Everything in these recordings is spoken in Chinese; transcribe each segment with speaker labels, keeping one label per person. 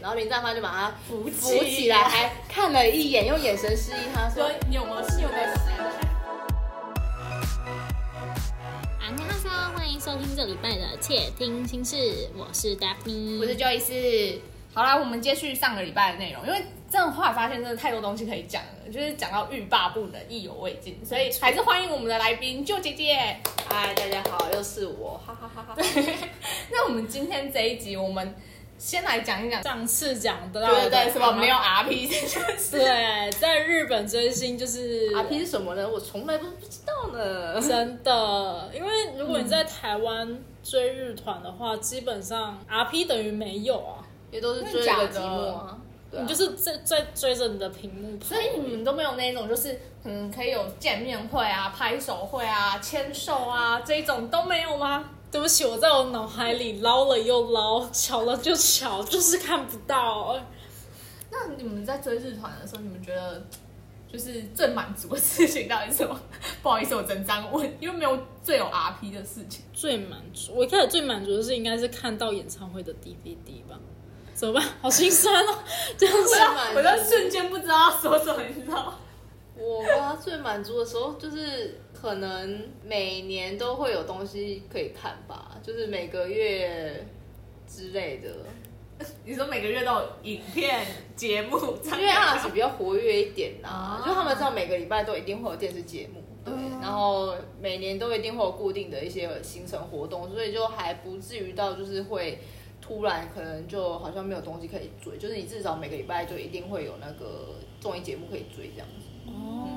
Speaker 1: 然后林占发就把他
Speaker 2: 扶
Speaker 1: 扶起来，还看了一眼，用眼神示意他说
Speaker 2: 说有没有有没有
Speaker 3: 啊，大家好，欢迎收听这礼拜的《窃听心事》，我是 Daphne，
Speaker 1: 我是 Joyce，
Speaker 2: 好啦，我们接续上个礼拜的内容，因为真的后来发现真的太多东西可以讲了，就是讲到欲罢不能、意犹未尽，所以还是欢迎我们的来宾舅姐 姐。
Speaker 1: 嗨，大家好，又是我，哈哈哈哈。
Speaker 2: 那我们今天这一集，我们先来讲一讲，
Speaker 4: 上次讲到
Speaker 2: 对对
Speaker 4: 的
Speaker 2: 对，是吧？没有 RP 这件事，
Speaker 4: 对，在日本追星就是
Speaker 1: 啊 P 是什么呢？我从来不不知道呢。
Speaker 4: 真的，因为如果你在台湾追日团的话，基本上 R P 等于没有啊，
Speaker 1: 也都是追
Speaker 2: 真
Speaker 1: 个
Speaker 2: 的
Speaker 1: 寂
Speaker 2: 假的
Speaker 1: 寞啊。对啊
Speaker 4: 你就是在在追着你的屏幕 跑。
Speaker 2: 所以你们都没有那种就是嗯，可以有见面会啊、拍手会啊、牵手啊这一种都没有吗？
Speaker 4: 对不起，我在我脑海里捞了又捞，瞧了就瞧，就是看不到。
Speaker 2: 那你们在追日团的时候，你们觉得就是最满足的事情到底是什么？ 不好意思，我整张问，因为没有最有 RP 的事情。
Speaker 4: 最满足，我一开始最满足的是应该是看到演唱会的 DVD 吧。怎么办？好心酸哦！这样子
Speaker 1: 最满足
Speaker 2: 我就瞬间不知道要说什么，你知道吗？
Speaker 1: 我妈最满足的时候，就是可能每年都会有东西可以看吧，就是每个月之类的。
Speaker 2: 你说每个月都有影片、节目，
Speaker 1: 因为阿拉斯比较活跃一点啦、
Speaker 2: 啊
Speaker 1: 就他们知道每个礼拜都一定会有电视节目，对，
Speaker 2: 嗯
Speaker 1: 然后每年都一定会有固定的一些行程活动，所以就还不至于到就是会突然可能就好像没有东西可以追，就是你至少每个礼拜就一定会有那个综艺节目可以追这样 子。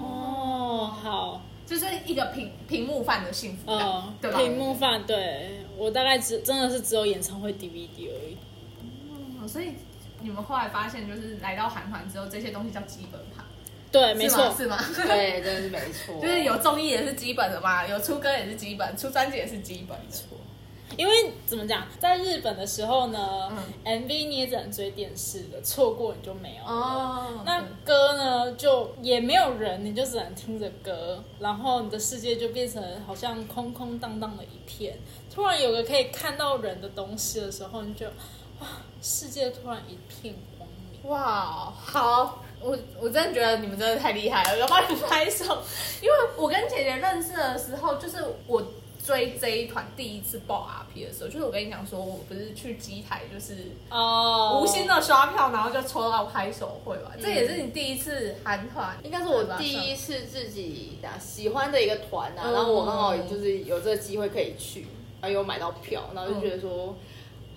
Speaker 4: 哦，好，
Speaker 2: 就是一个屏屏幕饭的幸福感，
Speaker 4: 哦，
Speaker 2: 对吧？
Speaker 4: 屏幕饭，对我大概只真的是只有演唱会 DVD 而已。
Speaker 2: 嗯所以你们后来发现，就是来到韩团之后，这些东西叫基本盘，
Speaker 4: 对，没
Speaker 2: 是吗
Speaker 4: 错，
Speaker 2: 是吗？
Speaker 1: 对，真的是没错，
Speaker 2: 就是有综艺也是基本的嘛，有出歌也是基本，出专辑也是基本的。
Speaker 4: 因为怎么讲，在日本的时候呢、
Speaker 2: 嗯
Speaker 4: m v 你也只能追电视的，错过你就没有了。
Speaker 2: 哦
Speaker 4: 那歌呢，就也没有人，你就只能听着歌，然后你的世界就变成好像空空荡荡的一片。突然有个可以看到人的东西的时候，你就哇，世界突然一片光明。
Speaker 2: 哇，好，我我真的觉得你们真的太厉害了，要帮你们拍手。因为我跟姐姐认识的时候，就是我追这一团第一次报 RP 的时候，就是我跟你讲说，我不是去机台，就是
Speaker 4: 哦，
Speaker 2: 无心的刷票，然后就抽到拍手会
Speaker 4: 嗯
Speaker 2: 嘛，这也是你第一次韩团，
Speaker 1: 应该是我第一
Speaker 2: 次。
Speaker 1: 次自己啊喜欢的一个团啊，
Speaker 2: 嗯
Speaker 1: 然后我刚好就是有这个机会可以去，然后有买到票，然后就觉得说，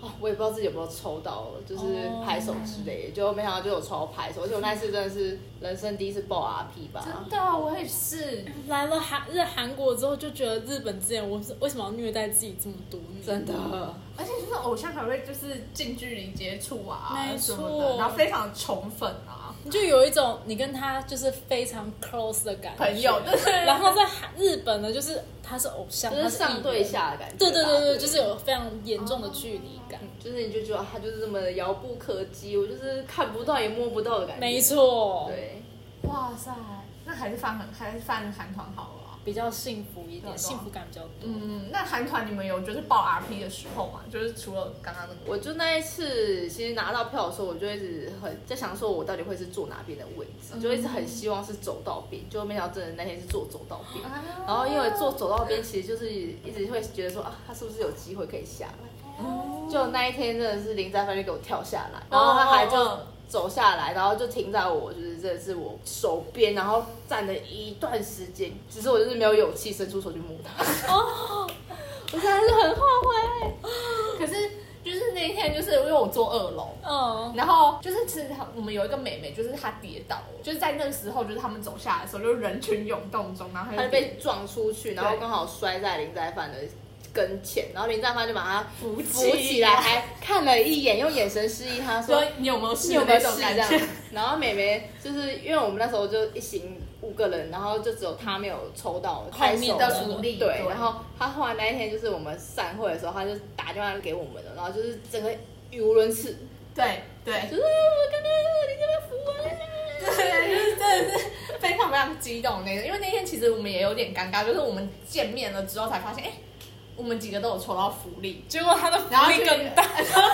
Speaker 1: 哦，我也不知道自己有没有抽到，就是
Speaker 4: 哦
Speaker 1: 拍手之类的，就没想到就有抽到拍手，而且我那次真的是人生第一次报 RP 吧，
Speaker 2: 真的，啊我也是，
Speaker 4: 来了韩日韩国之后，就觉得日本之前我是为什么要虐待自己这么多年？
Speaker 1: 真的，
Speaker 2: 而且就是偶像还会就是近距离接触啊，
Speaker 4: 没
Speaker 2: 什
Speaker 4: 错
Speaker 2: 么的，然后非常宠粉啊，
Speaker 4: 你就有一种你跟他就是非常 close 的感觉。
Speaker 2: 朋友，对对
Speaker 4: 然后在韩日本呢，就是他是偶像，
Speaker 1: 就是
Speaker 4: 他是艺人
Speaker 1: 上对。下的感觉吧，
Speaker 4: 对对对对，就是有非常严重的距离感。
Speaker 1: 就是你就觉得啊他就是这么遥不可及，我就是看不到也摸不到的感觉，
Speaker 4: 没，错，
Speaker 1: 对，
Speaker 2: 哇塞，那还是放韩还是放韩团好了啊。
Speaker 4: 比较幸福一
Speaker 2: 对啊
Speaker 4: 点，幸福感比较多。
Speaker 2: 嗯，那韩团你们有就是报 RP 的时候嘛？就是除了刚刚那个，
Speaker 1: 我就那一次，其实拿到票的时候，我就一直很在想，说我到底会是坐哪边的位置，就一直很希望是走到边，就没想到真的那天是坐走到边。然后因为坐走到边，其实就是一直会觉得说啊，他是不是有机会可以下来？就那一天真的是林在帆就给我跳下来，然后他还就
Speaker 2: 哦哦
Speaker 1: 走下来，然后就停在我就是真的是我手边，然后站了一段时间，只是我就是没有勇气伸出手去摸他。我现在还是很后悔。
Speaker 2: 可是就是那一天，就是因为我坐二楼，
Speaker 4: 嗯，
Speaker 2: 然后就是其实她我们有一个妹妹，就是她跌倒了，就是在那个时候，就是他们走下来的时候，就是人群涌动中，然后她
Speaker 1: 他
Speaker 2: 就
Speaker 1: 就
Speaker 2: 被
Speaker 1: 被撞出去，然后刚好摔在林在范的跟前，然后林在范就把他
Speaker 2: 扶
Speaker 1: 扶起来，还看了一眼，用眼神示意他说
Speaker 2: 说你有没有：“事
Speaker 1: 你有没有
Speaker 2: 那
Speaker 1: 事这
Speaker 2: 种？”感
Speaker 1: 样
Speaker 2: 觉？。
Speaker 1: 然后美眉就是因为我们那时候就一行五个人，然后就只有她没有抽到拍手
Speaker 4: 面
Speaker 2: 的
Speaker 1: 了
Speaker 2: 福利
Speaker 1: 对
Speaker 2: 对，
Speaker 1: 然后她后来那一天就是我们散会的时候，她就打电话给我们了，然后就是整个语无伦次，
Speaker 2: 对对
Speaker 1: 就是我刚刚你这边扶我。
Speaker 2: 对，就是真的是非常非常激动的那个，因为那天其实我们也有点尴尬，就是我们见面了之后才发现，哎、我们几个都有抽到福利，
Speaker 4: 结果他的
Speaker 2: 然后
Speaker 4: 福利更大。
Speaker 2: 然后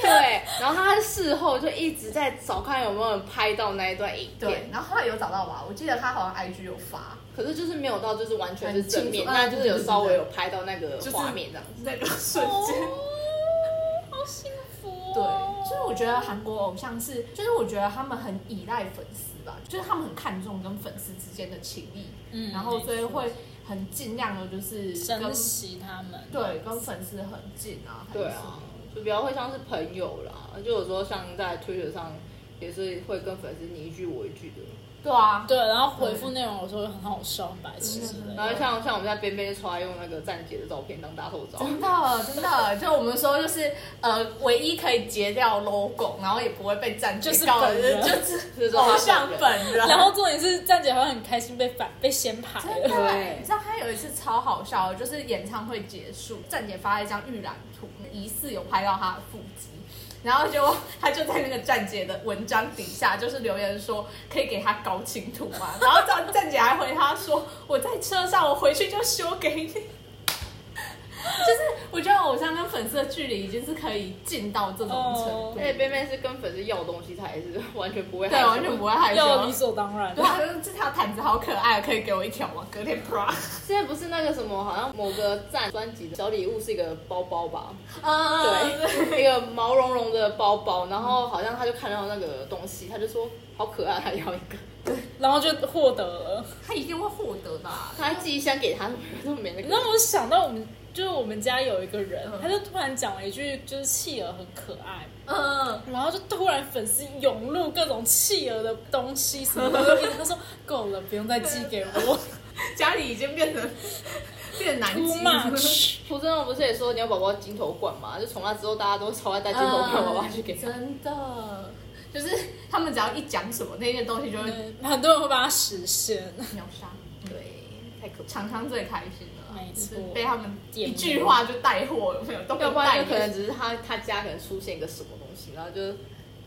Speaker 1: 对，然后他事后就一直在找看有没有人拍到那一段影
Speaker 2: 对
Speaker 1: 片，，
Speaker 2: 然后后来有找到吧？我记得他好像 IG 有发
Speaker 1: 可是就是没有到就是完全是
Speaker 2: 很清楚
Speaker 1: 正面，
Speaker 2: 啊
Speaker 1: 那
Speaker 2: 对
Speaker 1: 就是有
Speaker 2: 对对
Speaker 1: 稍微
Speaker 2: 对
Speaker 1: 有拍到那个
Speaker 2: 就是
Speaker 1: 画面这样。
Speaker 2: 那个瞬间。
Speaker 4: 好幸福、
Speaker 2: 对，
Speaker 3: 哦
Speaker 2: 就是我觉得韩国偶像是，就是我觉得他们很依赖粉丝吧，就是他们很看重跟粉丝之间的情谊，
Speaker 4: 嗯
Speaker 2: 然后所以会很尽量的，就是跟
Speaker 4: 珍惜他们。
Speaker 2: 对跟粉丝很近啊，还是
Speaker 1: 对啊，就比较会像是朋友啦，就有时候像在 Twitter 上也是会跟粉丝你一句我一句的，
Speaker 2: 对啊，
Speaker 4: 对，然后回复内容有时候很好笑、很白
Speaker 2: 嗯
Speaker 4: 痴之类
Speaker 1: 然
Speaker 4: 的。
Speaker 1: 后像像我们在边边刷用那个站姐的照片当大头 照，
Speaker 2: 真的真的，就我们说就是呃，唯一可以截掉 logo，然后也不会被占
Speaker 4: 就是
Speaker 2: 告的
Speaker 4: 本人
Speaker 2: 就是
Speaker 1: 就是说他
Speaker 2: 偶像
Speaker 1: 人
Speaker 2: 本人，
Speaker 4: 然后重点是站姐好像很开心被反被先排
Speaker 2: 真
Speaker 4: 了，
Speaker 2: 的
Speaker 1: 对，
Speaker 2: 你知道他有一次超好笑的，就是演唱会结束，站姐发了一张预览图，疑似有拍到他的腹肌。然后就他就在那个站姐的文章底下，就是留言说可以给他高清图 嘛。然后站站姐还回他说我在车上，我回去就修给你。就是我觉得偶像跟粉丝的距离已经是可以近到这种程度
Speaker 4: 哦
Speaker 1: 而且边边是跟粉丝要东西，他也是完全不会害
Speaker 2: 对，
Speaker 1: 羞
Speaker 2: 完全不会害
Speaker 4: 要
Speaker 2: 羞
Speaker 4: 理。所当然
Speaker 2: 啊对，。他说这条毯子好可爱，可以给我一条吗？隔天 bra。
Speaker 1: 现在不是那个什么，好像某个站专辑的小礼物是一个包包吧？
Speaker 2: 嗯，
Speaker 1: 对，一个毛茸茸的包包，然后好像他就看到那个东西，他就说好可爱，他要一 个，
Speaker 4: 然后就获得了。
Speaker 2: 他一定会获得的啊、
Speaker 1: 他还寄一箱给他，都没那个。
Speaker 4: 让我想到我们就是我们家有一个人
Speaker 2: 嗯，
Speaker 4: 他就突然讲了一句，就是企鹅很可爱，
Speaker 2: 嗯，
Speaker 4: 然后就突然粉丝涌入各种企鹅的东西什 么的，他说够了，不用再寄给我
Speaker 2: 家里已经变成 变南
Speaker 4: ，too
Speaker 2: 极
Speaker 4: much。
Speaker 1: 朴正荣不是也说你要宝宝金头冠嘛？就嗯从那之后，大家都超爱戴金头冠娃娃去给他。
Speaker 2: 真的，就是他们只要一讲什么，那些东西就会
Speaker 4: 嗯 很多人会把它实现，
Speaker 2: 秒杀。
Speaker 1: 对，太可怕。
Speaker 2: 厂商最开心了，
Speaker 4: 没错
Speaker 2: 就是被他们
Speaker 4: 点
Speaker 2: 一
Speaker 4: 名
Speaker 2: 句话就带货，有没有？都没
Speaker 1: 要
Speaker 2: 有
Speaker 1: 不
Speaker 2: 带
Speaker 1: 然
Speaker 2: 你
Speaker 1: 就可能只是他他家可能出现一个什么东西，然后就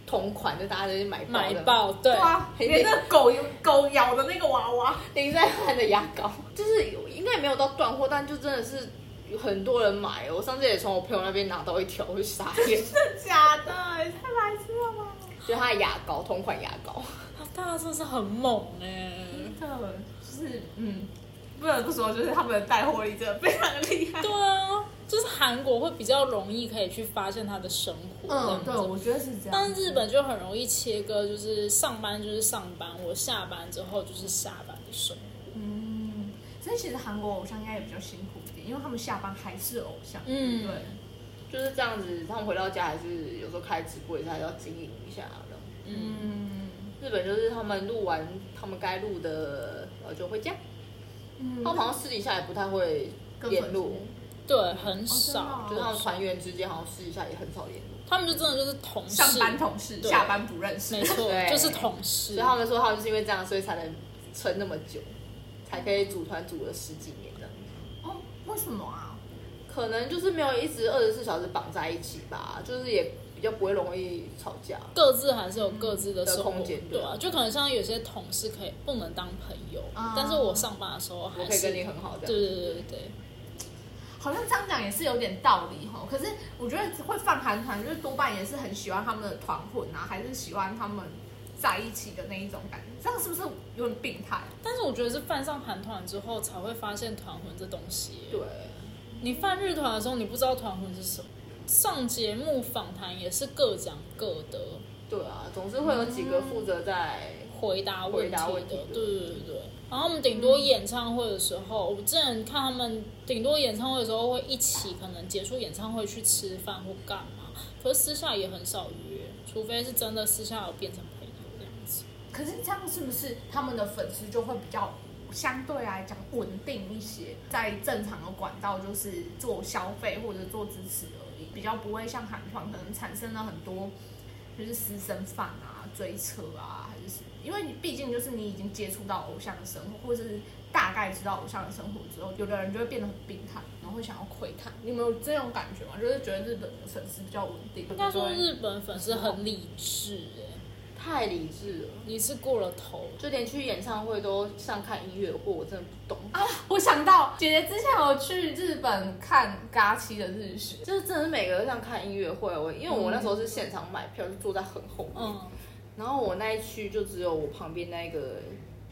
Speaker 1: 同款，就大家就去买
Speaker 4: 买
Speaker 1: 的
Speaker 4: 爆对
Speaker 2: 对。啊，连那个狗狗咬的那个娃娃，
Speaker 1: 林在汉的牙膏，就是应该也没有到断货，但就真的是有很多人买哦。我上次也从我朋友那边拿到一条，我就傻 眼，
Speaker 2: 真的假的？也太白痴了吧！
Speaker 1: 就他的牙膏，同款牙膏。
Speaker 4: 大家真的是很猛哎、
Speaker 2: 真的，就是嗯，不得不说，就是他们的带货力真的非常厉害。
Speaker 4: 对啊，就是韩国会比较容易可以去发现他的生活，
Speaker 2: 嗯，
Speaker 4: 这
Speaker 2: 对，
Speaker 4: 样子。
Speaker 2: 我觉得是这样。
Speaker 4: 但日本就很容易切割，就是上班就是上班，我下班之后就是下班的生活。
Speaker 2: 嗯，所以其实韩国偶像应该也比较辛苦一点，因为他们下班还是偶像。
Speaker 4: 嗯
Speaker 2: 对，
Speaker 1: 就是这样子，他们回到家还是有时候开直播也是还是要经营一下的。
Speaker 2: 嗯
Speaker 1: 日本就是他们录完他们该录的，然后就回家。
Speaker 2: 嗯
Speaker 1: 他们好像私底下也不太会
Speaker 2: 跟
Speaker 1: 联络，
Speaker 4: 对，很少，
Speaker 2: 哦
Speaker 1: 就是他们团员之间好像私底下也很少联络。
Speaker 4: 他们就真的就是同事，
Speaker 2: 上班同事，
Speaker 4: 对
Speaker 2: 下班不认识
Speaker 4: 没。错，
Speaker 1: 对
Speaker 4: 就是同事
Speaker 2: 嗯
Speaker 1: 所以。他们说他们就是因为这样，所以才能撑那么久，才可以组团组了十几年这样。
Speaker 2: 哦，为什么啊？
Speaker 1: 可能就是没有一直二十四小时绑在一起吧，就是也比较不会容易吵架。
Speaker 4: 各自还是有各自的
Speaker 1: 的
Speaker 4: 生活，
Speaker 1: 空间
Speaker 4: 对
Speaker 1: 对
Speaker 4: 啊，就可能像有些同事可以不能当朋友，
Speaker 2: 啊
Speaker 4: 但是我上班的时候
Speaker 1: 我
Speaker 4: 还
Speaker 1: 可以
Speaker 4: 是
Speaker 1: 跟你很好这
Speaker 4: 对
Speaker 1: 样。
Speaker 4: 对对对对，
Speaker 2: 好像这样讲也是有点道理吼。可是我觉得会放韩团，就是多半也是很喜欢他们的团魂啊，还是喜欢他们在一起的那一种感觉。这样是不是有点病态？
Speaker 4: 但是我觉得是犯上韩团之后才会发现团魂这东西。
Speaker 1: 对，
Speaker 4: 你犯日团的时候，你不知道团魂是什么。上节目访谈也是各讲各的，
Speaker 1: 对啊，总是会有几个负责在。
Speaker 4: 回答问
Speaker 1: 回
Speaker 4: 题
Speaker 1: 答
Speaker 4: 的，
Speaker 1: 问题的
Speaker 4: 对对对对。然后我们顶多演唱会的时候，我之前看他们顶多演唱会的时候会一起，可能结束演唱会去吃饭或干嘛，可是私下也很少约，除非是真的私下有变成朋友这样子。
Speaker 2: 可是这样是不是他们的粉丝就会比较相对来讲稳定一些，在正常的管道就是做消费或者做支持而已，比较不会像韩团可能产生了很多就是私生饭啊、追车啊，还是什么因为你毕竟就是你已经接触到偶像的生活，或者是大概知道偶像的生活之后，有的人就会变得很病态，然后会想要窥探。你们有这种感觉吗？就是觉得日本的粉丝比较稳定，
Speaker 4: 应该说
Speaker 2: 对不对
Speaker 4: 日本粉丝很理智、欸，
Speaker 1: 太理智了，
Speaker 4: 你是过了头。
Speaker 1: 就连去演唱会都像看音乐会，我真的不懂。
Speaker 2: 啊！我想到姐姐之前有去日本看嘎七的日食，
Speaker 1: 就是真的是每个都像看音乐会，我因为我那时候是现场买票，就坐在很后面，
Speaker 4: 嗯，
Speaker 1: 然后我那一区就只有我旁边那个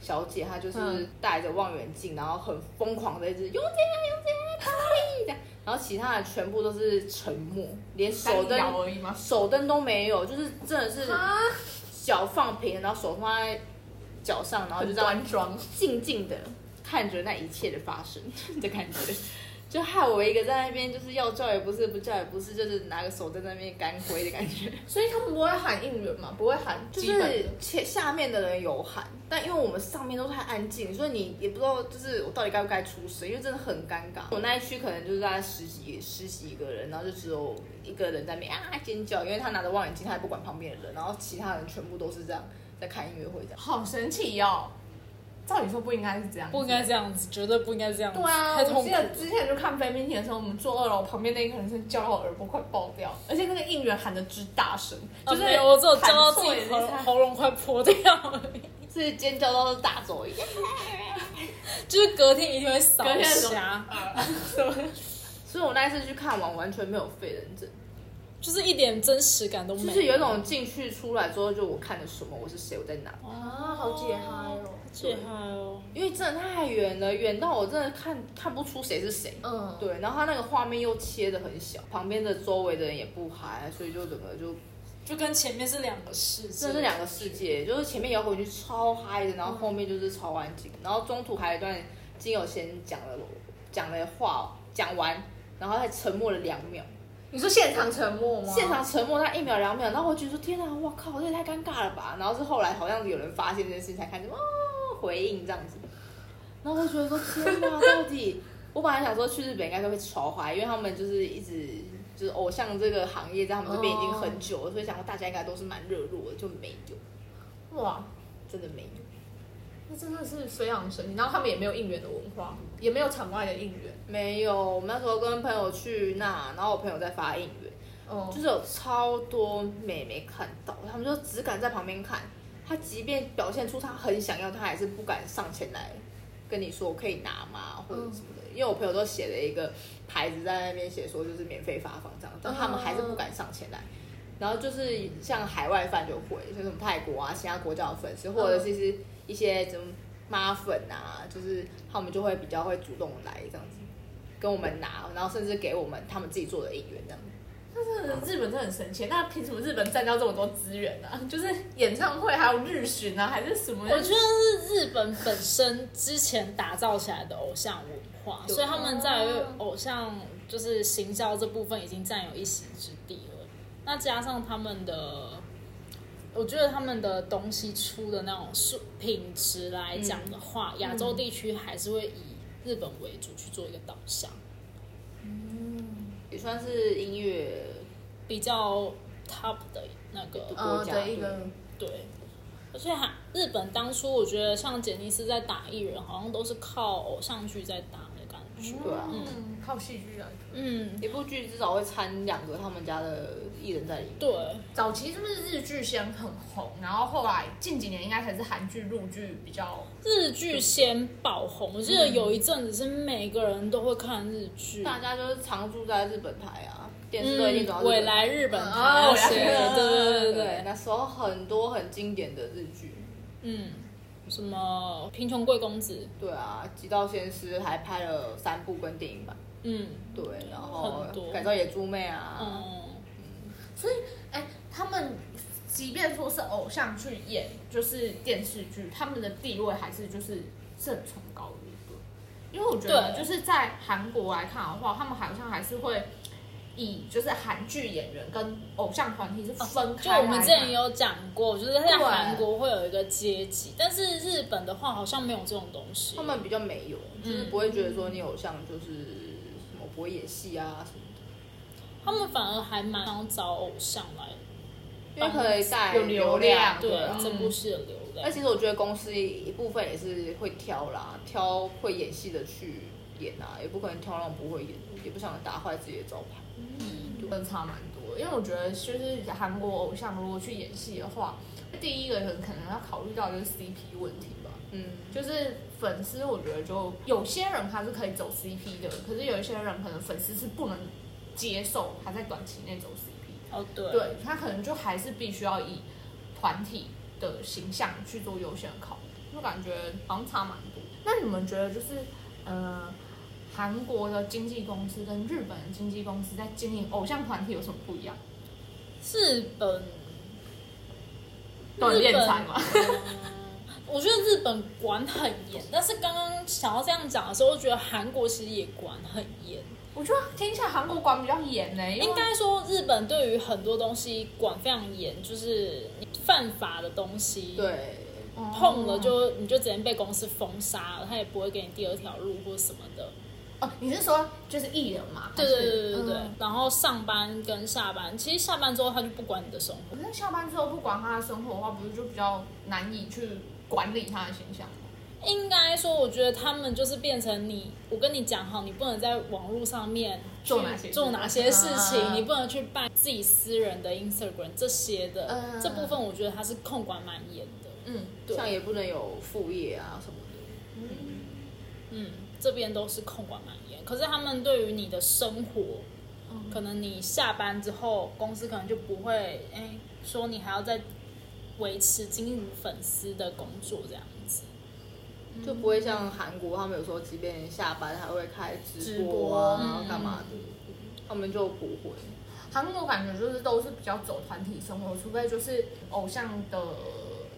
Speaker 1: 小姐，她就是
Speaker 2: 嗯
Speaker 1: 戴着望远镜，然后很疯狂的一直永姐永姐卡哇伊这样，然后其他的全部都是沉默，连手
Speaker 2: 单
Speaker 1: 灯
Speaker 2: 摇而已吗？
Speaker 1: 手灯都没有，就是真的是
Speaker 2: 啊，
Speaker 1: 脚放平，然后手放在脚上，然后就
Speaker 2: 很
Speaker 1: 这样
Speaker 2: 端庄。
Speaker 1: 静静的看着那一切的发生的感觉， 就害我一个在那边就是要叫也不是，不叫也不是，就是拿个手在那边干挥的感 觉。
Speaker 2: 所以他们不会喊应援嘛，不会喊
Speaker 1: 就
Speaker 2: 基本的
Speaker 1: 是前下面的人有喊，但因为我们上面都太安静，所以你也不知道就是我到底该不该出声，因为真的很尴尬。我那一区可能就是大概十几十几个人，然后就只有一个人在那边啊尖叫，因为他拿着望远镜，他也不管旁边的人，然后其他人全部都是这样在看音乐会这样。
Speaker 2: 好神奇哦。照理说不应该是这样，
Speaker 4: 不应该。这样子，绝对不应该这样子，
Speaker 2: 对啊，
Speaker 4: 太痛
Speaker 2: 我
Speaker 4: 苦
Speaker 2: 记
Speaker 4: 了
Speaker 2: 得。之前就看飞命田的时候，我们坐二楼旁边那一个人是叫到耳朵快爆掉，而且那个应援喊的之大声，就、
Speaker 4: 就是是哎我只有叫到自
Speaker 2: 喊
Speaker 4: 己
Speaker 2: 错
Speaker 4: 喉
Speaker 2: 也是他
Speaker 4: 喉咙快破掉了，
Speaker 1: 是尖叫到大走一样。
Speaker 4: 就是隔天一定会扫
Speaker 2: 隔天的时候
Speaker 4: 瞎，
Speaker 2: 什么
Speaker 1: 所以我那一次去看完，完全没有废人症，
Speaker 4: 就是一点真实感都没
Speaker 1: 就是有一种进去出来之后，就我看了什么，我是谁，我在哪，
Speaker 2: 啊，好解嗨哦。
Speaker 4: 厉害哦。
Speaker 1: 因为真的太远了，远到我真的看看不出谁是谁。
Speaker 2: 嗯，对，
Speaker 1: 对，然后他那个画面又切的很小，旁边的周围的人也不嗨，所以就整个就
Speaker 4: 就跟前面是两个世界，
Speaker 1: 真的是两个世界，就是嗯前面摇滚区超嗨的，然后后面就是超安静，然后中途还有一段金友贤讲了讲了话，哦讲完然后他沉默了两秒，
Speaker 2: 你说现场沉默吗？
Speaker 1: 现场沉默他一秒两秒，然后我觉得说天哪，我靠，这也太尴尬了吧！然后是后来好像有人发现这件事情才开始哦回应这样子，然后我就觉得说天哪，到底我本来想说去日本应该都会超嗨，因为他们就是一直就是偶像这个行业在他们这边已经很久了，所以想说大家应该都是蛮热络的，就没有，
Speaker 2: 哇，
Speaker 1: 真的没有，
Speaker 2: 那真的是水养神奇。然后他们也没有应援的文化，也没有场外的应援。
Speaker 1: 没有。我们那时候跟朋友去那，然后我朋友在发应援。
Speaker 2: 哦
Speaker 1: 就是有超多妹妹看到，她们就只敢在旁边看。她即便表现出她很想要，她还是不敢上前来跟你说我可以拿吗，或者什么的。因为我朋友都写了一个牌子在那边写说就是免费发放这样，但他们还是不敢上前来。然后就是像海外饭就会，像什么泰国啊、其他国家的粉丝，或者是是一些什么妈粉啊，就是他们就会比较会主动来这样子跟我们拿，然后甚至给我们他们自己做的应援这样。
Speaker 2: 但是日本真的很神奇，那凭什么日本占掉这么多资源 啊？就是演唱会还有日巡啊，还是什么？
Speaker 4: 我觉得是日本本身之前打造起来的偶像文化，
Speaker 1: 对
Speaker 4: 所以他们在于偶像就是行销这部分已经占有一席之地了。那加上他们的，我觉得他们的东西出的那种数品质来讲的话，
Speaker 1: 嗯
Speaker 4: 亚、洲地区还是会以日本为主去做一个导向，
Speaker 1: 也算是音乐
Speaker 4: 比较 top 的那个
Speaker 2: 嗯
Speaker 1: 国家
Speaker 2: 的一个
Speaker 4: 对，而且还日本当初我觉得像杰尼斯在打艺人，好像都是靠偶像剧在打的感觉。
Speaker 1: 对啊，
Speaker 2: 嗯，靠戏剧啊。
Speaker 4: 嗯，
Speaker 1: 一部剧至少会掺两个他们家的艺人在里面。
Speaker 4: 对，
Speaker 2: 早期是不是日剧先很红，然后后来近几年应该才是韩剧、陆剧比较
Speaker 4: 日剧先爆红，我记得有一阵子是每个人都会看日剧。
Speaker 1: 大家就是常住在日本台啊，电视都一定
Speaker 4: 嗯，
Speaker 1: 转到
Speaker 4: 未
Speaker 1: 日本。
Speaker 4: 来日本台
Speaker 2: 哦
Speaker 4: 那些
Speaker 2: 未来
Speaker 4: 的，对对对
Speaker 1: 对
Speaker 4: 对，，
Speaker 1: 那时候很多很经典的日剧，
Speaker 4: 嗯，什么贫穷贵公子，
Speaker 1: 对啊，《极道先师》还拍了三部跟电影版，
Speaker 4: 嗯
Speaker 1: 对，然后
Speaker 4: 很多
Speaker 1: 改造野猪妹啊，
Speaker 4: 嗯，
Speaker 2: 所以，哎、他们即便说是偶像去演，就是电视剧，他们的地位还是就是是很崇高的一个。因为我觉得，
Speaker 4: 对
Speaker 2: 就是在韩国来看的话，他们好像还是会以就是韩剧演员跟偶像团体是分
Speaker 4: 就
Speaker 2: 开来
Speaker 4: 哦我们之前
Speaker 2: 看
Speaker 4: 也有讲过，就是在韩国会有一个阶级，但是日本的话好像没有这种东西。
Speaker 1: 他们比较没有，就是不会觉得说你偶像就是什么不会演戏啊什么的，
Speaker 4: 他们反而还蛮想找偶像来，
Speaker 1: 因为可以带
Speaker 2: 有流量
Speaker 4: 对、
Speaker 1: 对啊，
Speaker 4: 这部戏的流量。
Speaker 1: 那其实我觉得公司一部分也是会挑啦，挑会演戏的去演啊，也不可能挑那种不会演，也不想打坏自己的招牌。
Speaker 2: 真的差蛮多的。因为我觉得就是韩国偶像如果去演戏的话，第一个很可能要考虑到就是 CP 问题吧。
Speaker 1: 嗯，
Speaker 2: 就是粉丝，我觉得就有些人他是可以走 CP 的，可是有一些人可能粉丝是不能接受他在短期内走 CP，
Speaker 4: 哦，对，
Speaker 2: 对他可能就还是必须要以团体的形象去做优先考虑，就感觉好像差蛮多。那你们觉得就是呃，韩国的经纪公司跟日本的经纪公司在经营偶像团体有什么不一样？
Speaker 4: 日本，
Speaker 2: 都很敛财嘛，
Speaker 4: 我觉得日本管很严，但是刚刚想要这样讲的时候，我觉得韩国其实也管很严。
Speaker 2: 我觉得听起来韩国管比较严呢、因为
Speaker 4: 应该说，日本对于很多东西管非常严，就是你犯法的东西，，
Speaker 1: 对，
Speaker 2: 哦
Speaker 4: 碰了就你就直接被公司封杀了，他也不会给你第二条路或什么的。
Speaker 2: 哦，你是说就是艺人嘛？
Speaker 4: 对对对对对对。
Speaker 2: 嗯
Speaker 4: 然后上班跟下班，其实下班之后他就不管你的生活。
Speaker 2: 可是嗯下班之后不管他的生活的话，不是就比较难以去管理他的形象吗？
Speaker 4: 应该说，我觉得他们就是变成你，我跟你讲好，你不能在网络上面去
Speaker 2: 做哪些事
Speaker 4: 做哪些事情，
Speaker 2: 啊
Speaker 4: 你不能去办自己私人的 Instagram 这些的、
Speaker 2: 嗯
Speaker 4: 这部分，我觉得他是控管蛮严的。
Speaker 2: 嗯，
Speaker 4: 对
Speaker 1: 像也不能有副业啊什么的，
Speaker 4: 嗯，这边都是控管蛮严，可是他们对于你的生活，
Speaker 2: 嗯
Speaker 4: 可能你下班之后，公司可能就不会哎、说你还要再维持经营粉丝的工作这样子。
Speaker 1: 就不会像韩国他们有时候，即便下班还会开直
Speaker 4: 直
Speaker 1: 播
Speaker 4: 播
Speaker 1: 啊，然后干嘛的，他们就不会。
Speaker 2: 韩国感觉就是都是比较走团体生活，除非就是偶像的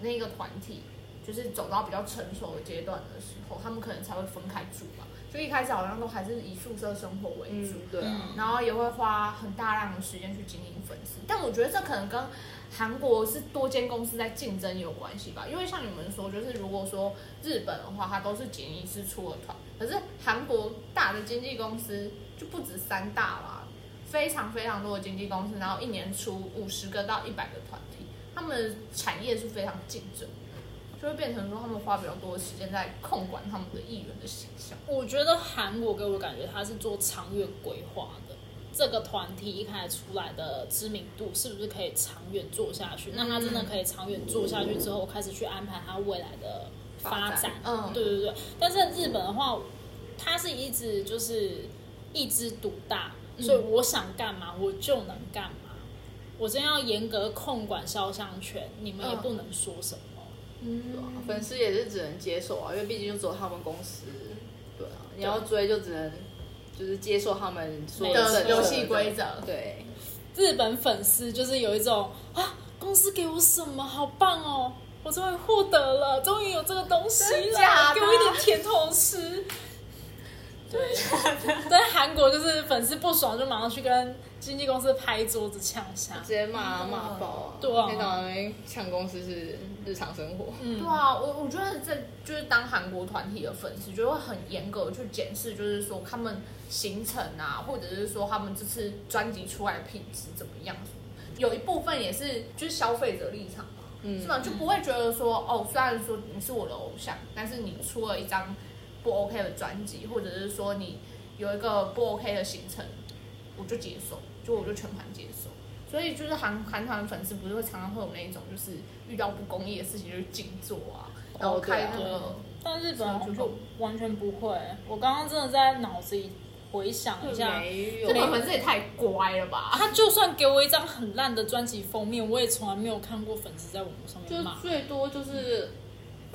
Speaker 2: 那个团体，就是走到比较成熟的阶段的时候，他们可能才会分开住吧。就一开始好像都还是以宿舍生活为
Speaker 1: 嗯
Speaker 2: 主，，
Speaker 1: 对啊，
Speaker 2: 然后也会花很大量的时间去经营粉丝。但我觉得这可能跟韩国是多间公司在竞争有关系吧，因为像你们说，就是如果说日本的话，它都是剪一次出的团，可是韩国大的经纪公司就不止三大啦，非常非常多的经纪公司，然后一年出五十个到一百个团体，他们的产业是非常竞争的，就会变成说他们花比较多的时间在控管他们的艺人的形象。
Speaker 4: 我觉得韩国给我感觉他是做长远规划的，这个团体一开始出来的知名度是不是可以长远做下去？那他真的可以长远做下去之后，开始去安排他未来的发
Speaker 1: 发展
Speaker 2: 嗯
Speaker 4: 对对对。但是日本的话，他是一直就是一枝独大，所以
Speaker 1: 嗯
Speaker 4: 我想干嘛我就能干嘛。我真要严格控管肖像权，你们也
Speaker 2: 嗯
Speaker 4: 不能说什么。
Speaker 1: 对啊，粉丝也是只能接受啊，因为毕竟就只有他们公司，对啊，你要追就只能就是接受他们所有
Speaker 2: 啊的
Speaker 1: 政策
Speaker 2: 游戏规则
Speaker 1: 对，
Speaker 4: 日本粉丝就是有一种啊，公司给我什么好棒哦，我终于获得了，终于有这个东西
Speaker 2: 真假
Speaker 4: 了，
Speaker 2: 的
Speaker 4: 给我一点甜头吃。对，在韩国就是粉丝不爽就马上去跟经纪公司拍桌子呛下。
Speaker 1: 直接骂啊骂爆啊，嗯
Speaker 4: 对啊
Speaker 1: 天早上抢公司是日常生活，
Speaker 2: 对啊，我我觉得这就是当韩国团体的粉丝，就会很严格地去检视，就是说他们行程啊，或者是说他们这次专辑出来的品质怎么样什么有一部分也是就是消费者立场嘛，是吗？就不会觉得说哦，虽然说你是我的偶像，但是你出了一张不 OK 的专辑，或者是说你有一个不 OK 的行程，我就接受，就我就全盘接受。所以就是韩韩团粉丝不是会常常会有那一种，就是遇到不公义的事情就是静坐啊，然后
Speaker 1: 对
Speaker 2: 开
Speaker 1: 啊
Speaker 2: 那个
Speaker 4: 但日本我就完全不会，我刚刚真的在脑子里回想一下，
Speaker 1: 没有啊
Speaker 2: 这。粉丝也太乖了吧？
Speaker 4: 他就算给我一张很烂的专辑封面，我也从来没有看过粉丝在网络上
Speaker 1: 就
Speaker 4: 面骂。
Speaker 1: 最多就是，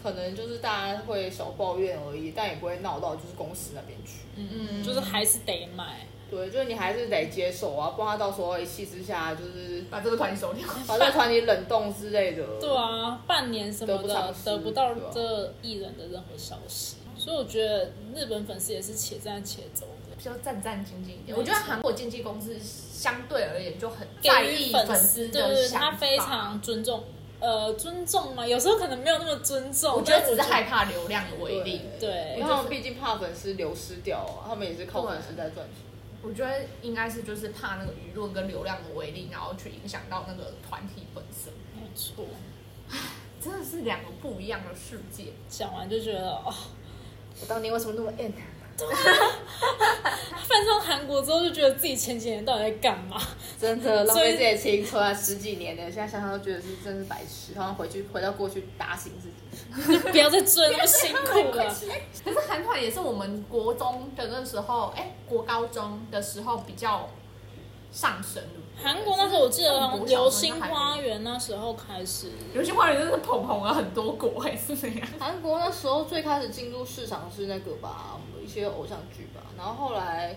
Speaker 1: 可能就是大家会小抱怨而已，但也不会闹到就是公司那边去。
Speaker 4: 嗯，就是还是得买。
Speaker 1: 对，就是你还是得接受啊，不然他到时候一气之下 就是
Speaker 2: 把这个团体收掉。
Speaker 1: 把这个团体冷冻之类的。
Speaker 4: 对啊，半年什么
Speaker 1: 得不
Speaker 4: 的
Speaker 1: 偿失
Speaker 4: 得不到
Speaker 1: 对啊
Speaker 4: 这艺人的任何消息，所以我觉得日本粉丝也是且战且走的，
Speaker 2: 比较战战兢兢一点，我觉得韩国经纪公司相对而言就很在
Speaker 4: 给
Speaker 2: 意
Speaker 4: 予
Speaker 2: 粉
Speaker 4: 丝
Speaker 2: 丝
Speaker 4: 对
Speaker 2: 的
Speaker 4: 对，
Speaker 2: 想
Speaker 4: 他
Speaker 2: 法，
Speaker 4: 非常尊重，呃，尊重嘛，有时候可能没有那么尊重，
Speaker 2: 我觉得
Speaker 4: 但
Speaker 2: 只是害怕流量的
Speaker 1: 对
Speaker 2: 威力。
Speaker 4: 对
Speaker 1: 因为他们毕竟怕粉丝流失掉啊，他们也是靠粉丝在赚钱。
Speaker 2: 我觉得应该是就是怕那个舆论跟流量的威力，然后去影响到那个团体本身，
Speaker 4: 没错。
Speaker 2: 真的是两个不一样的世界。
Speaker 4: 讲完就觉得哦，
Speaker 1: 啊我当年为什么那么 N？
Speaker 4: 翻上韩国之后就觉得自己前几年到底在干嘛？
Speaker 1: 真的浪
Speaker 4: 所
Speaker 1: 费
Speaker 4: 以
Speaker 1: 自己的青春啊，十几年了，现在想想都觉得是真是白痴，好像回去回到过去打醒自己。
Speaker 4: 就不要再追那么辛 苦了。
Speaker 2: 可是韩团也是我们国中的那时候，哎、国高中的时候比较上升的。
Speaker 4: 韩国那时候我记得好像《流星花园》那时候开始，
Speaker 2: 流星花园真的是捧红了很多国、哎，是这样。
Speaker 1: 韩国那时候最开始进入市场是那个吧，一些偶像剧吧，然后后来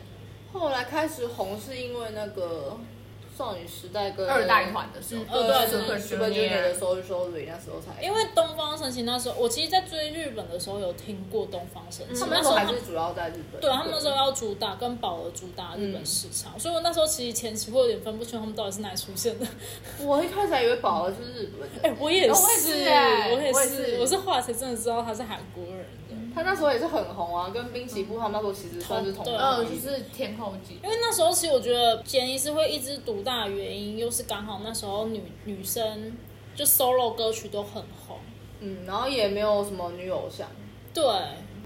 Speaker 1: 后来开始红是因为那个少女时代跟
Speaker 2: 二代团的时候，
Speaker 4: 二代团
Speaker 1: Super Super Junior 的 Sorry Sorry 那时候才，
Speaker 4: 因为东方神起那时候，我其实，在追日本的时候有听过东方神起，
Speaker 1: 嗯他们那
Speaker 4: 那
Speaker 1: 时
Speaker 4: 时候
Speaker 1: 候
Speaker 4: 他
Speaker 1: 还
Speaker 4: 们
Speaker 1: 是主要在日本，
Speaker 4: 对他们那时候要主打跟宝儿主打日
Speaker 1: 嗯
Speaker 4: 本市场，所以我那时候其实前期会有点分不清他们到底是哪里出现的。
Speaker 1: 我一开始还以为宝儿是日本的，
Speaker 4: 哎、我也是，
Speaker 1: 哦我也是哎
Speaker 4: 我也
Speaker 1: 我也
Speaker 4: 是
Speaker 1: 是嗯
Speaker 4: 我是后来才真的知道他是韩国人的，
Speaker 1: 他那时候也是很红啊，跟滨崎步他们那时候其实算是同
Speaker 4: 同
Speaker 2: 呃，
Speaker 1: 班
Speaker 2: 就
Speaker 1: 级
Speaker 2: 是天后级。
Speaker 4: 因为那时候其实我觉得简一是会一枝独大的原因，又是刚好那时候女女生就 solo 歌曲都很红，
Speaker 1: 嗯，然后也没有什么女偶像，
Speaker 4: 对，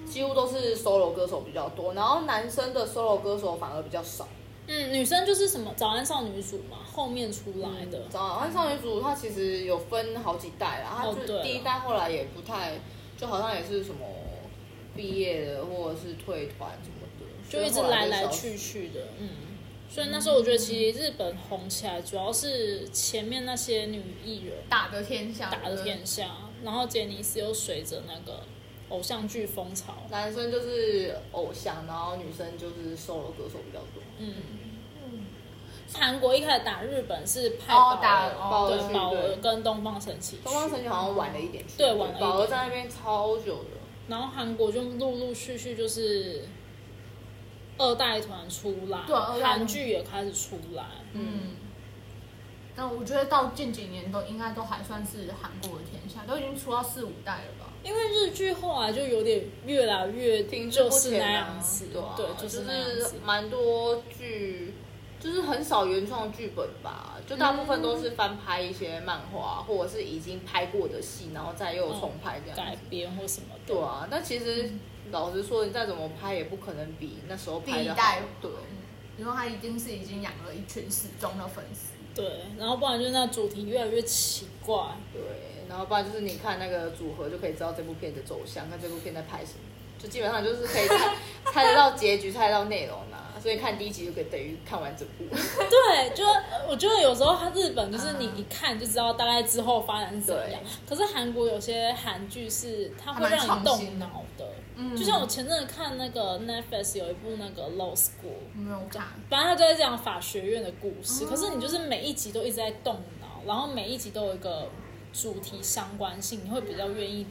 Speaker 1: 几乎都是 solo 歌手比较多，然后男生的 solo 歌手反而比较少。
Speaker 4: 嗯，女生就是什么早安少女组嘛，后面出来的，
Speaker 1: 早安少女组它其实有分好几代啦，它
Speaker 4: 哦对
Speaker 1: 就
Speaker 4: 啦
Speaker 1: 第一代后来也不太，就好像也是什么毕业的或者是退团什么的，
Speaker 4: 就一直
Speaker 1: 所以后
Speaker 4: 来
Speaker 1: 就
Speaker 4: 来
Speaker 1: 少
Speaker 4: 去去的，嗯。所以那时候我觉得，其实日本红起来主要是前面那些女艺人
Speaker 2: 打得天下，
Speaker 4: 打的天下，然后杰尼斯又随着那个偶像剧风潮，
Speaker 1: 男生就是偶像，然后女生就是 solo 歌手比较多。
Speaker 4: 嗯，韩国一开始打日本是派
Speaker 2: 哦
Speaker 4: 宝
Speaker 2: 打
Speaker 4: 儿
Speaker 2: 哦
Speaker 1: 去
Speaker 4: 对宝儿
Speaker 1: 对
Speaker 4: 跟东方神起去，
Speaker 1: 东方神起好像晚了一点去，
Speaker 4: 对晚了一点
Speaker 1: 宝儿在那边超久的。
Speaker 4: 然后韩国就陆陆续续就是二代团出来，
Speaker 2: 对二代团
Speaker 4: 韩剧也开始出来，
Speaker 2: 嗯，那我觉得到近几年都应该都还算是韩国的天下，都已经出到四五代了吧？
Speaker 4: 因为日剧后来就有点越来越
Speaker 1: 停滞
Speaker 4: 就
Speaker 1: 不
Speaker 4: 是
Speaker 1: 前
Speaker 4: 那
Speaker 1: 啊
Speaker 4: 样子，
Speaker 1: 对啊，
Speaker 4: 对，就是那样子。
Speaker 1: 蛮多剧，就是很少原创剧本吧，就大部分都是翻拍一些漫画、或者是已经拍过的戏，然后再又重拍这样
Speaker 4: 改
Speaker 1: 子。
Speaker 4: 编或什么的，
Speaker 1: 对啊，但其实老实说，你再怎么拍也不可能比那时候
Speaker 2: 第
Speaker 1: 拍
Speaker 2: 一
Speaker 1: 的
Speaker 2: 代
Speaker 1: 好，对，
Speaker 4: 嗯
Speaker 2: 因为他一定是已经养了一群死忠的粉丝。
Speaker 4: 对，然后不然就是那主题越来越奇怪，
Speaker 1: 对，然后不然就是你看那个组合就可以知道这部片的走向，看这部片在拍什么，就基本上就是可以 猜猜得到结局，猜得到内容啦、所以看第一集就可以等于看完整部。
Speaker 4: 对，就我觉得有时候它日本就是你一看就知道大概之后发展是怎么样，可是韩国有些韩剧是它会让你动脑的，
Speaker 2: 嗯
Speaker 4: 就像我前阵子看那个 Netflix 有一部那个 Law School，
Speaker 2: 没有看，
Speaker 4: 反正它就在讲法学院的故
Speaker 2: 哦
Speaker 4: 事，可是你就是每一集都一直在动脑，然后每一集都有一个主题相关性，你会比较愿意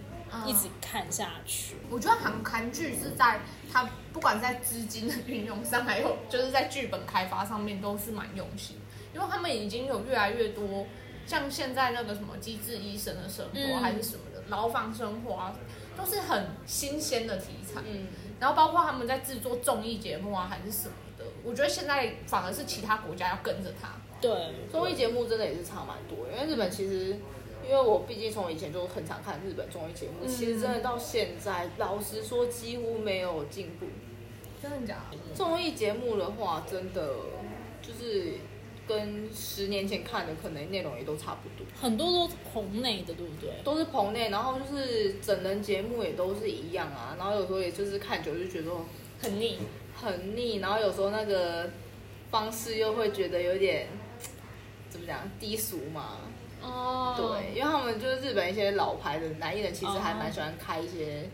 Speaker 4: 一
Speaker 2: 嗯
Speaker 4: 直看下去。
Speaker 2: 我觉得韩韩剧是在它不管在资金的运用上，还有就是在剧本开发上面都是蛮用心，因为他们已经有越来越多像现在那个什么机智医生的生活、
Speaker 4: 嗯
Speaker 2: 还是什么的牢房生活啊，都是很新鲜的题材。
Speaker 1: 嗯，
Speaker 2: 然后包括他们在制作综艺节目啊，还是什么的，我觉得现在反而是其他国家要跟着他。
Speaker 4: 对，
Speaker 1: 综艺节目真的也是差蛮多，因为日本其实，因为我毕竟从以前就很常看日本综艺节目，其实真的到现在，老实说几乎没有进步。
Speaker 2: 真的假的？
Speaker 1: 综艺节目的话，真的就是跟十年前看的可能内容也都差不多，
Speaker 4: 很多都是棚内的，对不对？
Speaker 1: 都是棚内，然后就是整人节目也都是一样啊，然后有时候也就是看久了就觉得哦
Speaker 2: 很腻。
Speaker 1: 很腻，然后有时候那个方式又会觉得有点怎么讲低俗嘛，
Speaker 2: 哦
Speaker 1: 对，，因为他们就是日本一些老牌的男艺人，其实还蛮喜欢开一些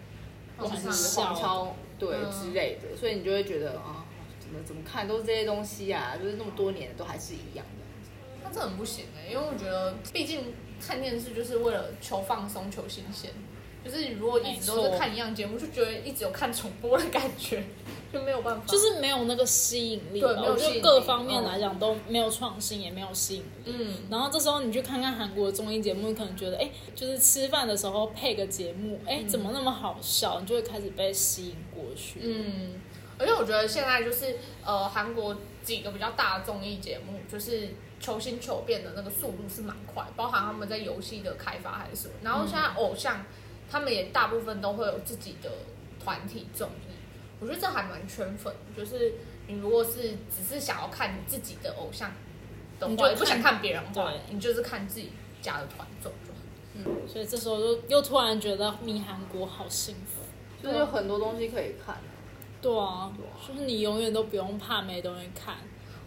Speaker 4: 玩
Speaker 1: 就
Speaker 4: 笑
Speaker 1: 是黄
Speaker 4: 哦
Speaker 1: 腔对
Speaker 2: 嗯
Speaker 1: 之类的，所以你就会觉得啊，怎么怎么看都是这些东西啊，就是那么多年都还是一样的。
Speaker 2: 那这很不行哎、因为我觉得，毕竟看电视就是为了求放松、求新鲜。就是你如果一直都
Speaker 4: 没
Speaker 2: 是
Speaker 4: 错
Speaker 2: 看一样节目，就觉得一直有看重播的感觉，就没有办法。
Speaker 4: 就是没有那个吸引力吧，
Speaker 2: 对没有
Speaker 4: 我觉
Speaker 2: 吸
Speaker 4: 得
Speaker 2: 引
Speaker 4: 各
Speaker 2: 力
Speaker 4: 方面
Speaker 2: 嗯
Speaker 4: 来讲都没有创新，也没有吸引力。
Speaker 2: 嗯，
Speaker 4: 然后这时候你去看看韩国的综艺节目，你可能觉得，哎，就是吃饭的时候配个节目，哎，怎么那么好笑？你就会开始被吸引过去。
Speaker 2: 嗯，而且我觉得现在就是呃，韩国几个比较大的综艺节目，就是求新求变的那个速度是蛮快，包含他们在游戏的开发还是什么。然后现在偶像，他们也大部分都会有自己的团体综艺。我觉得这还蛮圈粉，就是你如果是只是想要看你自己的偶像的
Speaker 4: 你就
Speaker 2: 话，
Speaker 4: 看
Speaker 2: 也不想看别人的话
Speaker 4: 对，
Speaker 2: 你就是看自己家的团综就好。
Speaker 4: 所以这时候就又突然觉得迷韩国好幸福。
Speaker 1: 就是有很多东西可以看。
Speaker 4: 对啊，就是你永远都不用怕没东西看。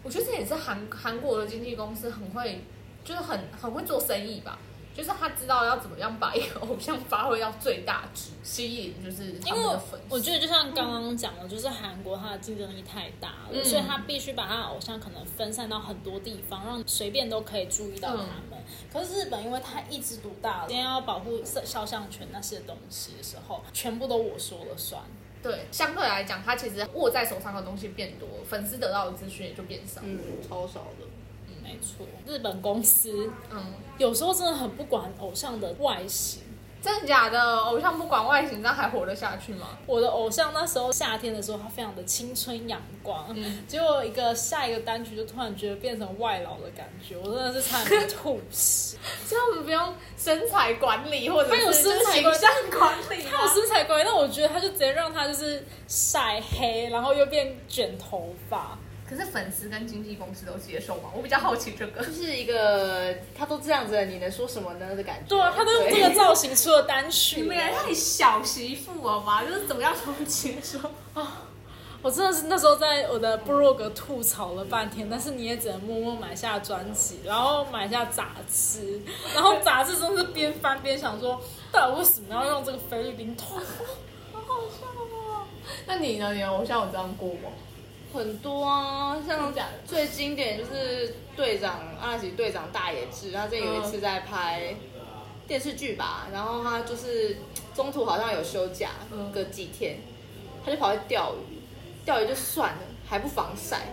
Speaker 2: 我觉得这也是韩韩国的经纪公司很会，就是很很会做生意吧。就是他知道要怎么样把一个偶像发挥到最大值，吸引就是他
Speaker 4: 因为
Speaker 2: 们的
Speaker 4: 我
Speaker 2: 粉丝。
Speaker 4: 我觉得就像刚刚讲的，就是韩国它的竞争力太大了，
Speaker 2: 嗯
Speaker 4: 所以他必须把他的偶像可能分散到很多地方，让随便都可以注意到他们。
Speaker 2: 嗯
Speaker 4: 可是日本，因为它一枝独大，今天要保护肖像权那些东西的时候，全部都我说了算。
Speaker 2: 对，相对来讲，他其实握在手上的东西变多，粉丝得到的资讯也就变少。
Speaker 1: 嗯，超少的。
Speaker 4: 没错，日本公司
Speaker 2: 嗯，
Speaker 4: 有时候真的很不管偶像的外形。
Speaker 2: 真的假的？偶像不管外形，这样还活得下去吗？
Speaker 4: 我的偶像那时候夏天的时候，他非常的青春阳光，结果一个下一个单曲就突然觉得变成外劳的感觉，我真的是差点被吐 血。
Speaker 2: 这样我们不用身材管理，或者
Speaker 4: 他有
Speaker 2: 是就是
Speaker 4: 身材
Speaker 2: 形
Speaker 4: 管理
Speaker 2: 象管理吗，
Speaker 4: 他有身材管理，但我觉得他就直接让他就是晒黑，然后又变卷头发。
Speaker 2: 可是粉丝跟经纪公司都接受吗？我比较好奇这个
Speaker 1: 就。是一个他都这样子了，你能说什么呢的感觉？
Speaker 4: 对啊，他都用这个造型出了单曲，
Speaker 2: 小媳妇了吧？就是怎么样都接受。
Speaker 4: 我真的是那时候在我的部落格吐槽了半天，但是你也只能默默买下专辑，然后买下杂志，然后杂志真的是边翻边想说，到底为什么要用这个菲律宾头？
Speaker 2: 哦那你呢？你的偶像有这样过吗？
Speaker 1: 很多啊，像
Speaker 2: 真的假的
Speaker 1: 最经典就是队长啊阿喜队长大野智，他这有一次在拍电视剧吧，然后他就是中途好像有休假
Speaker 2: 嗯
Speaker 1: 个几天，他就跑去钓鱼，钓鱼就算了，还不防晒，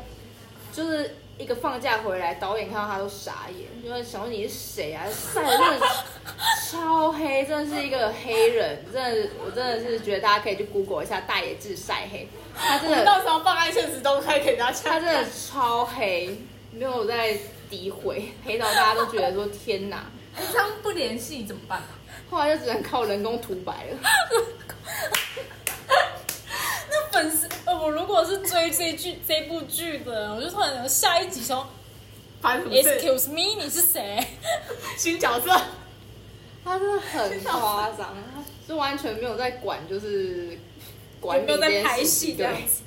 Speaker 1: 就是一个放假回来，导演看到他都傻眼，就是想说你是谁啊？晒得真的是超黑，真的是一个黑人，真的是我真的是觉得大家可以去 Google 一下大野智晒黑，他真的。
Speaker 2: 到时候放在现实动态给大家
Speaker 1: 他
Speaker 2: 看。
Speaker 1: 真的超黑，没有在诋毁，黑到大家都觉得说天哪。
Speaker 2: 这样不联系怎么办、啊
Speaker 1: 后来就只能靠人工涂白了。
Speaker 4: 那粉丝，呃，我如果是追这剧这部剧的人，我就突然想下一集说
Speaker 2: 发生什么事？
Speaker 4: ，Excuse me，你是谁？
Speaker 2: 新角色。
Speaker 1: 他真的很夸张，他就完全没有在管，就是管
Speaker 4: 有
Speaker 1: 理
Speaker 4: 没有
Speaker 1: 这
Speaker 4: 在
Speaker 1: 件
Speaker 4: 拍
Speaker 1: 事
Speaker 4: 戏
Speaker 1: 情
Speaker 4: 这样
Speaker 1: 对
Speaker 4: 子？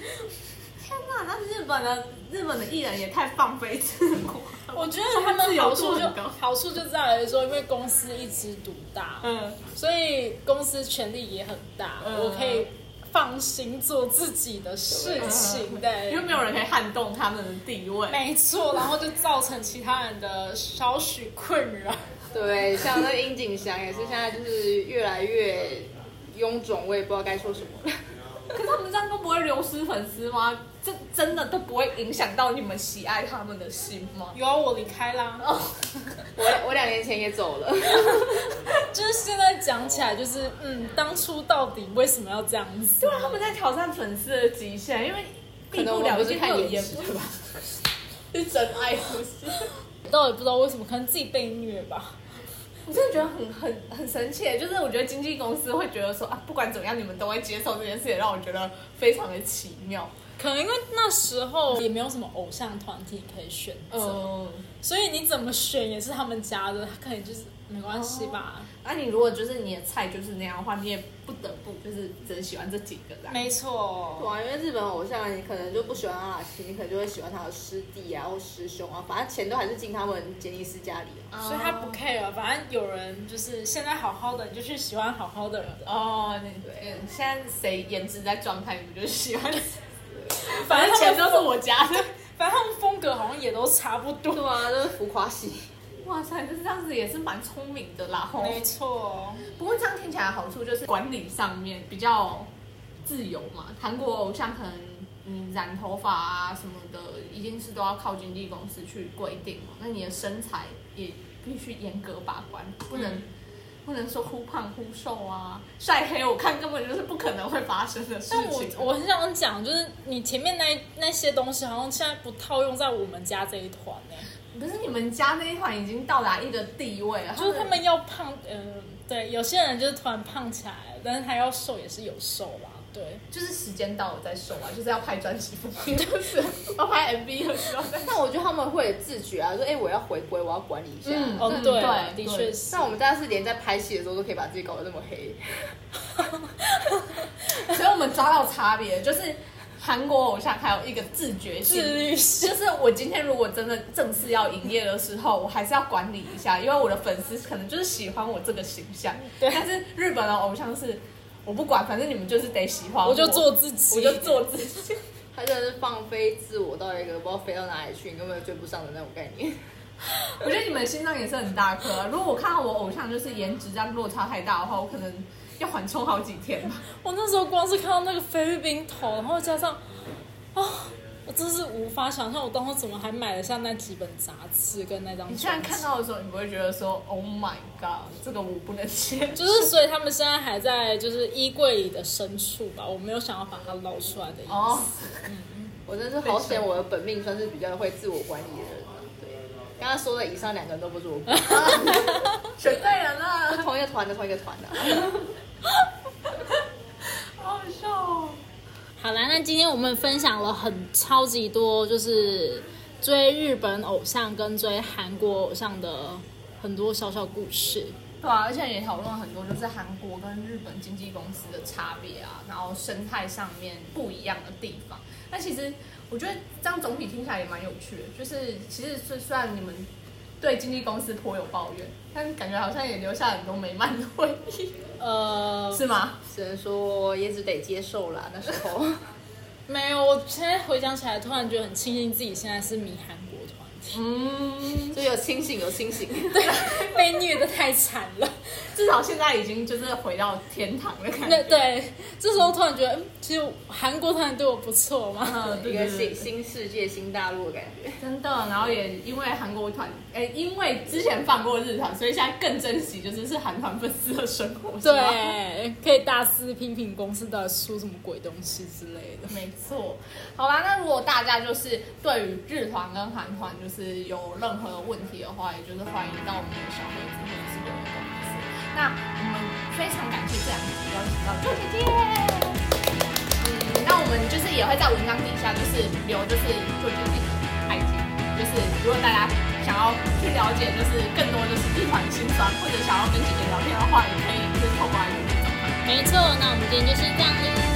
Speaker 2: 天哪，那日本的日本的艺人也太放飞自我。
Speaker 4: 我觉得他们好处
Speaker 2: 自由度
Speaker 4: 就
Speaker 2: 很高
Speaker 4: 好处就在于说，因为公司一枝独大，
Speaker 2: 嗯，
Speaker 4: 所以公司权力也很大，
Speaker 2: 嗯
Speaker 4: 我可以放心做自己的事情，对，
Speaker 2: 因为没有人可以撼动他们的地位。
Speaker 4: 没错，然后就造成其他人的少许困扰。
Speaker 1: 对，像那樱井翔也是现在就是越来越臃肿，我也不知道该说什么 了。
Speaker 2: 可是他们这样都不会流失粉丝吗？这真的都不会影响到你们喜爱他们的心吗？
Speaker 4: 有啊，我离开啦。
Speaker 2: 哦
Speaker 1: 我我两年前也走了，
Speaker 4: 就是现在讲起来，就是嗯，当初到底为什么要这样子
Speaker 2: 对？啊，他们在挑战粉丝的极限，因为
Speaker 1: 可
Speaker 2: 避
Speaker 1: 能
Speaker 2: 不
Speaker 1: 我们
Speaker 2: 了
Speaker 1: 不是
Speaker 2: 一些
Speaker 1: 看
Speaker 2: 热
Speaker 1: 颜
Speaker 2: 言，
Speaker 1: 值吧。
Speaker 2: 是真爱不是？
Speaker 4: 到底不知道为什么，可能自己被虐吧。
Speaker 2: 我真的觉得很很很神奇，就是我觉得经纪公司会觉得说啊，不管怎么样，你们都会接受这件事，也让我觉得非常的奇妙。
Speaker 4: 可能因为那时候也没有什么偶像团体可以选择，
Speaker 2: 嗯，
Speaker 4: 所以你怎么选也是他们家的，他可以就是没关系吧。
Speaker 2: 那、啊你如果就是你的菜就是那样的话，你也不得不就是只喜欢这几个啦。
Speaker 4: 没错，
Speaker 1: 对啊，因为日本偶像你可能就不喜欢阿拉西，你可能就会喜欢他的师弟啊或师兄啊，反正钱都还是进他们杰尼斯家里啊。
Speaker 4: 所以他不 care，反正有人就是现在好好的，你就去喜欢好好的人。
Speaker 2: 哦，你对，现在谁颜值在状态，你们就喜欢谁。
Speaker 4: 反正他们
Speaker 2: 都是我家的。
Speaker 4: 反正他们风格好像也都差不多。
Speaker 1: 对啊，就是浮夸系。
Speaker 2: 哇塞，这样子也是蛮聪明的啦吼。
Speaker 4: 没错，
Speaker 2: 不过这样听起来好处就是管理上面比较自由嘛。韩国偶像可能嗯染头发啊什么的，一定是都要靠经纪公司去规定嘛。那你的身材也必须严格把关，不能、不能说忽胖忽瘦啊，晒黑我看根本就是不可能会发生的事
Speaker 4: 但我
Speaker 2: 情。
Speaker 4: 我很想讲，就是你前面那那些东西，好像现在不套用在我们家这一团欸呢、
Speaker 2: 可是你们家那一团已经到达一个地位了，
Speaker 4: 就是他们要胖，嗯、对，有些人就是突然胖起来了，但是他要瘦也是有瘦啦。对，
Speaker 2: 就是时间到了再说啊，就是要拍专 辑封面，就是要拍 MV 的时候再。
Speaker 1: 但我觉得他们会有自觉啊，说哎、我要回归，我要管理一下。
Speaker 2: 嗯
Speaker 4: 哦
Speaker 2: 嗯
Speaker 4: 对，
Speaker 2: 对
Speaker 4: 的
Speaker 2: 对
Speaker 4: 确是
Speaker 1: 像。我们大家是连在拍戏的时候都可以把自己搞得那么黑，
Speaker 2: 所以我们抓到差别，就是韩国偶像还有一个自觉性
Speaker 4: 自律性
Speaker 2: 就是我今天如果真的正式要营业的时候，我还是要管理一下，因为我的粉丝可能就是喜欢我这个形象。
Speaker 4: 嗯对
Speaker 2: 但是日本的偶像是我不管，反正你们就是得喜欢
Speaker 4: 我就做自己，
Speaker 2: 我就做自己。
Speaker 1: 他真的是放飞自我到一个不知道飞到哪里去，你根本追不上的那种概念。
Speaker 2: 我觉得你们心脏也是很大颗啊、如果我看到我偶像就是颜值这样落差太大的话，我可能要缓冲好几天 吧。
Speaker 4: 我那时候光是看到那个菲律宾头，然后加上啊、我真是无法想象我当初怎么还买得下那几本杂志跟那张
Speaker 2: 你
Speaker 4: 专辑。
Speaker 2: 现在看到的时候，你不会觉得说 “Oh my god”，这个我不能接受。
Speaker 4: 就是，所以他们现在还在就是衣柜里的深处吧，我没有想要把它捞出来的意思。
Speaker 2: 哦，
Speaker 1: 我真是好险，我的本命算是比较会自我管理的人啊。对，刚刚说的以上两个人都不是我 本命，
Speaker 2: 选对人啊了。
Speaker 1: 同一个团的同一个团的、
Speaker 2: 好好笑哦！
Speaker 3: 好啦，那今天我们分享了很超级多，就是追日本偶像跟追韩国偶像的很多小小故事。
Speaker 2: 对啊，而且也讨论很多，就是韩国跟日本经纪公司的差别啊，然后生态上面不一样的地方。那其实我觉得这样总体听起来也蛮有趣的，就是其实虽虽然你们对经纪公司颇有抱怨，但感觉好像也留下很多美满的回 忆，
Speaker 4: 呃，
Speaker 2: 是吗？
Speaker 1: 只能说也只得接受啦。那时候
Speaker 4: 没有，我现在回想起来，突然觉得很庆幸自己现在是迷韩国团体，
Speaker 2: 嗯，
Speaker 1: 就有清醒有清 醒，
Speaker 4: 被虐的太惨了。
Speaker 2: 至少现在已经就是回到天堂的感
Speaker 4: 那
Speaker 2: 觉。
Speaker 4: 对，这时候突然觉得，嗯，其实韩国团体对我不错嘛。
Speaker 2: 嗯，
Speaker 1: 一
Speaker 2: 对
Speaker 1: 个
Speaker 2: 对
Speaker 1: 新
Speaker 2: 对对，
Speaker 1: 新世界新大陆的感觉。
Speaker 2: 真的。然后也因为韩国团，哎、因为之前放过日团，所以现在更珍惜就是是韩团粉丝的生活。是吗
Speaker 4: 对，可以大肆批评公司到底出什么鬼东西之类的。
Speaker 2: 没错，好吧，那如果大家就是对于日团跟韩团就是有任何问题的话，也就是欢迎到我们的小盒子或者是我们的公司。那我们非常感谢这两集邀请到舅姐姐。嗯，那我们就是也会在文章底下就是留就是舅姐姐的 IG，就是如果大家想要去了解就是更多就是日团心酸，或者想要跟姐姐聊天的话，也可以就是透过 IG 找她。
Speaker 3: 没错，那我们今天就是这样喽。